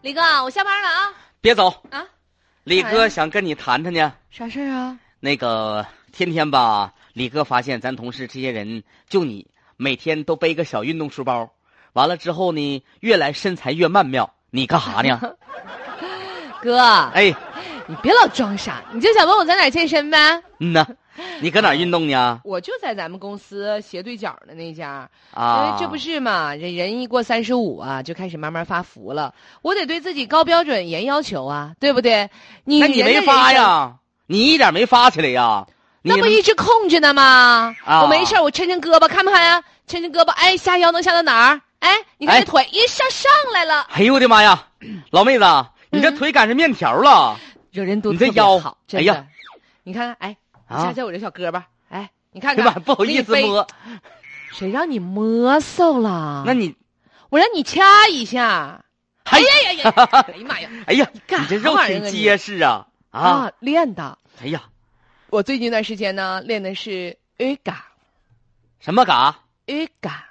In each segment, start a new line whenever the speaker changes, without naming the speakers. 李哥，我下班了啊
别走，
啊，
李
干啥呀
哥想跟你谈谈呢。
啥事儿啊？
那个天天吧，李哥发现咱同事这些人，就你每天都背个小运动书包，完了之后呢，越来身材越曼妙。你干啥 呢？
哥，
哎，
你别老装傻，你就想问我在哪儿健身呗？
嗯呐，你搁哪儿运动呢？
我就在咱们公司斜对角的那家，因
啊，
哎为这不是嘛，这人一过三十五啊，就开始慢慢发福了。我得对自己高标准、严要求啊，对不对？你
那你
人的
没发
人生？
呀？你一点没发起来呀？你
那不一直控制呢吗？
啊
我没事儿，我抻抻胳膊，看不看呀、抻抻胳膊，哎，下腰能下到哪儿？哎，你看
哎
这腿一下上来了，
哎呦我的妈呀，老妹子，你这
嗯
腿赶上面条了
惹人多
你
特
这
别
腰
好，
哎
真
呀
的。你看看，哎，你
啊
掐！掐我这小胳膊，哎，你看
哎呀
看
妈，，不好
我给
意
你
思
背
摸，
谁让你摸搜了？
那你
我让你掐一下。
哎
哎呀呀呀！哎呀妈呀！
哎呀，
干
你这
啥
肉
玩意儿
挺
啊你
结实啊啊！
啊，练的。
哎呀，
我最近一段时间呢，练的是瑜伽，
什么嘎？
瑜伽。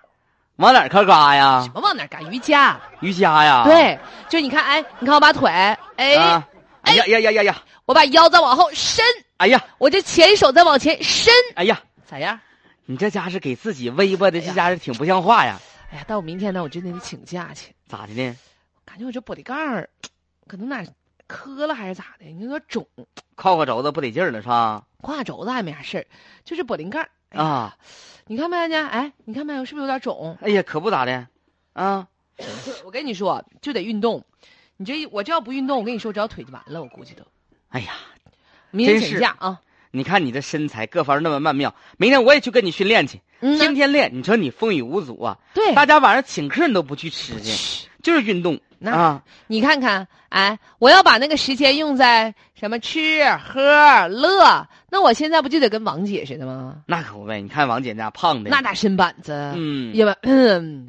往哪儿磕嘎呀
什？么往哪儿干？瑜伽。
瑜伽呀？
对，就你看，哎，你看我把腿，哎，
啊！哎呀呀呀呀呀！
我把腰再往后伸，
哎呀
我这前手再往前伸，
哎呀，
咋样？
你这家是给自己微巴的，
哎
这
呀
家是挺不像话呀？
哎呀，但我明天呢，我就得请假去。
咋的呢？
感觉我这玻璃盖儿，可能哪儿磕了还是咋的，你有点肿。
靠个肘子不得劲儿了是吧？
挂轴子还没啥事儿，就是玻璃盖儿。哎呀
啊！
你看没看见？哎，你看没有？是不是有点 肿？
哎呀，可不咋的，啊！
我跟你说，就得运动。你这我这要不运动，我跟你说，我这条腿就完了，我估计都。
哎呀，
明天
真
请
是
假啊！
你看你这身材各方面那么曼妙，明天我也去跟你训练去，
嗯呐，哎
天天练，你说你风雨无阻啊！
对，
大家晚上请客你都不去吃去，就是运动
那
啊！
你看看，哎，我要把那个时间用在什么吃喝乐，那我现在不就得跟王姐似的吗？
那可不呗，你看王姐那胖的，
那大身板子，
嗯，
因为嗯，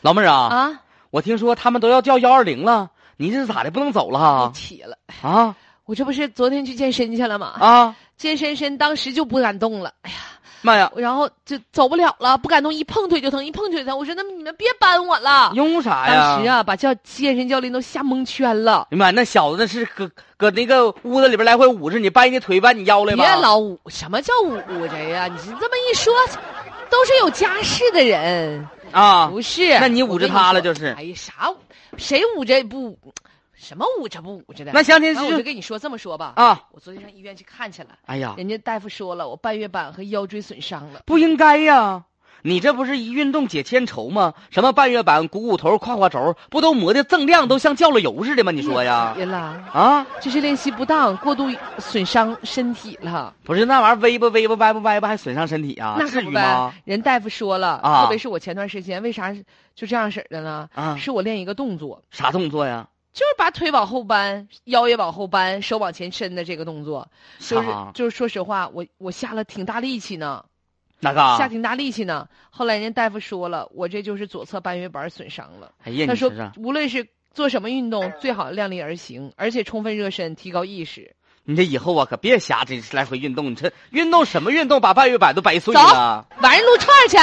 老妹儿啊，
啊，
我听说他们都要叫幺二零了，你这是咋的？不能走了
我
啊？
起了，
啊
我这不是昨天去健身去了吗？
啊！
健身身当时就不敢动了，哎呀。
妈呀，
然后就走不了了，不敢动，一碰腿就疼，一碰腿就疼。我说那你们别搬我了。
用啥哎呀？
当时啊，把教健身教练都吓蒙圈了。
哎呀妈，那小子那是搁搁那个屋子里边来回捂着你，掰你腿掰你腰来
别
吧？
老捂，什么叫捂捂着呀？你这么一说，都是有家室的人，
啊！
不是？
那你捂着他了
我跟你说
就是
哎呀，啥捂？谁捂着不捂？什么捂着不捂着的？
那相亲
然后我
就
就跟你说这么说吧，
啊！
我昨天上医院去看去了，
哎呀，
人家大夫说了，我半月板和腰椎损伤了。
不应该呀！你这不是一运动解千愁吗？什么半月板、股骨头、胯胯轴，不都磨的锃亮，都像浇了油似的吗？你 说呀？
人啦，
啊，
这是练习不当，过度损伤身体了。
不是那玩意儿微吧微吧掰不掰吧，还损伤身体啊？
那
至
可
于
不
吗
呗？，人大夫说了，
啊
特别是我前段时间，为啥就这样式儿的呢？
啊，
是我练一个动作，
啥动作呀？
就是把腿往后扳，腰也往后扳，手往前伸的这个动作，就是
啥
就是说实话，我我下了挺大力气呢，
哪嘎？
下挺大力气呢。后来人家大夫说了，我这就是左侧半月板损伤了。
哎呀，
他
你
说
说这，
无论是做什么运动，最好量力而行，而且充分热身，提高意识。
你这以后啊，可别瞎这来回运动，你这运动什么运动，把半月板都掰碎
走
了。
晚上撸串儿去，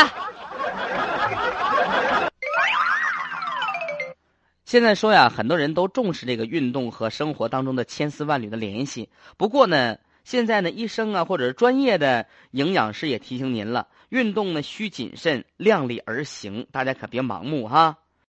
现在说呀，很多人都重视这个运动和生活当中的千丝万缕的联系。不过呢，现在呢，医生啊或者是专业的营养师也提醒您了，运动呢需谨慎，量力而行，大家可别盲目哈。